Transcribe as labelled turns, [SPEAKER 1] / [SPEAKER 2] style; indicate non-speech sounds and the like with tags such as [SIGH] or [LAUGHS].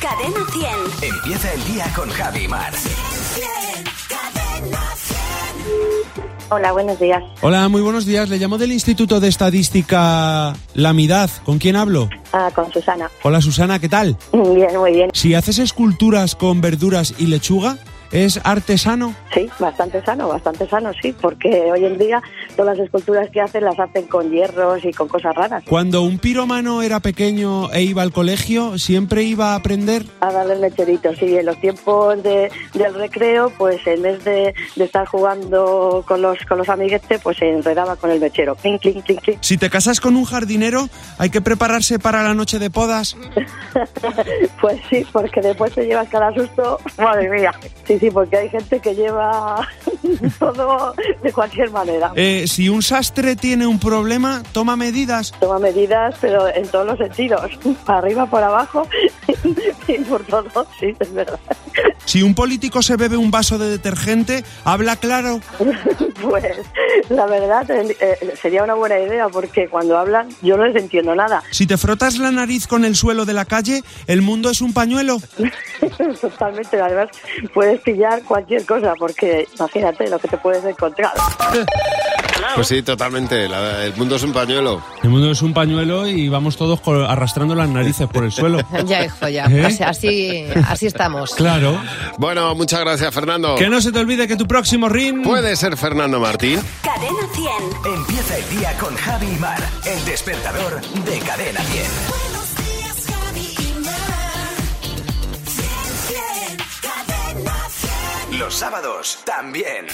[SPEAKER 1] Cadena 100.
[SPEAKER 2] Empieza el día con Javi Mar.
[SPEAKER 3] Hola, buenos días.
[SPEAKER 4] Hola, muy buenos días. Le llamo del Instituto de Estadística La Midad. ¿Con quién hablo?
[SPEAKER 3] Ah, con Susana. [LAUGHS]
[SPEAKER 4] Hola Susana, ¿qué tal?
[SPEAKER 3] Bien, muy bien.
[SPEAKER 4] Si haces esculturas con verduras y lechuga, ¿es artesano?
[SPEAKER 3] Sí, bastante sano, bastante sano, sí, porque hoy en día todas las esculturas que hacen las hacen con hierros y con cosas raras.
[SPEAKER 4] Cuando un piromano era pequeño e iba al colegio, ¿siempre iba a aprender?
[SPEAKER 3] A darles lecheritos, sí, en los tiempos de- del recreo, pues en vez de, de estar jugando con los, con los amiguetes, pues se enredaba con el mechero. Clink, clink, clink, clink.
[SPEAKER 4] Si te casas con un jardinero, ¿hay que prepararse para la noche de podas?
[SPEAKER 3] Pues sí, porque después te llevas cada susto, [LAUGHS] madre mía. Sí, sí, porque hay gente que lleva [LAUGHS] todo de cualquier manera.
[SPEAKER 4] Eh, si un sastre tiene un problema, toma medidas.
[SPEAKER 3] Toma medidas, pero en todos los sentidos, [LAUGHS] para arriba, por abajo [LAUGHS] y por todo, sí, es verdad. [LAUGHS]
[SPEAKER 4] Si un político se bebe un vaso de detergente, habla claro.
[SPEAKER 3] Pues la verdad eh, eh, sería una buena idea porque cuando hablan yo no les entiendo nada. [LAUGHS]
[SPEAKER 4] Si te frotas la nariz con el suelo de la calle, el mundo es un pañuelo.
[SPEAKER 3] Totalmente, además puedes pillar cualquier cosa porque imagínate lo que te puedes encontrar.
[SPEAKER 5] Pues sí, totalmente. la- el mundo es un pañuelo.
[SPEAKER 4] El mundo es un pañuelo y vamos todos co- arrastrando las narices por el suelo.
[SPEAKER 6] Ya, hijo, ya.
[SPEAKER 4] ¿Eh?
[SPEAKER 6] Así- Así, así estamos.
[SPEAKER 4] Claro.
[SPEAKER 5] Oh. Bueno, muchas gracias, Fernando.
[SPEAKER 4] Que no se te olvide que tu próximo ring...
[SPEAKER 5] ¿Puede ser Fernando Martín?
[SPEAKER 1] Cadena 100.
[SPEAKER 2] Empieza el día con Javi Mar. El despertador de Cadena 10.
[SPEAKER 7] Buenos días, Javi y Mar. Bien, bien, cadena 100.
[SPEAKER 2] Los sábados también.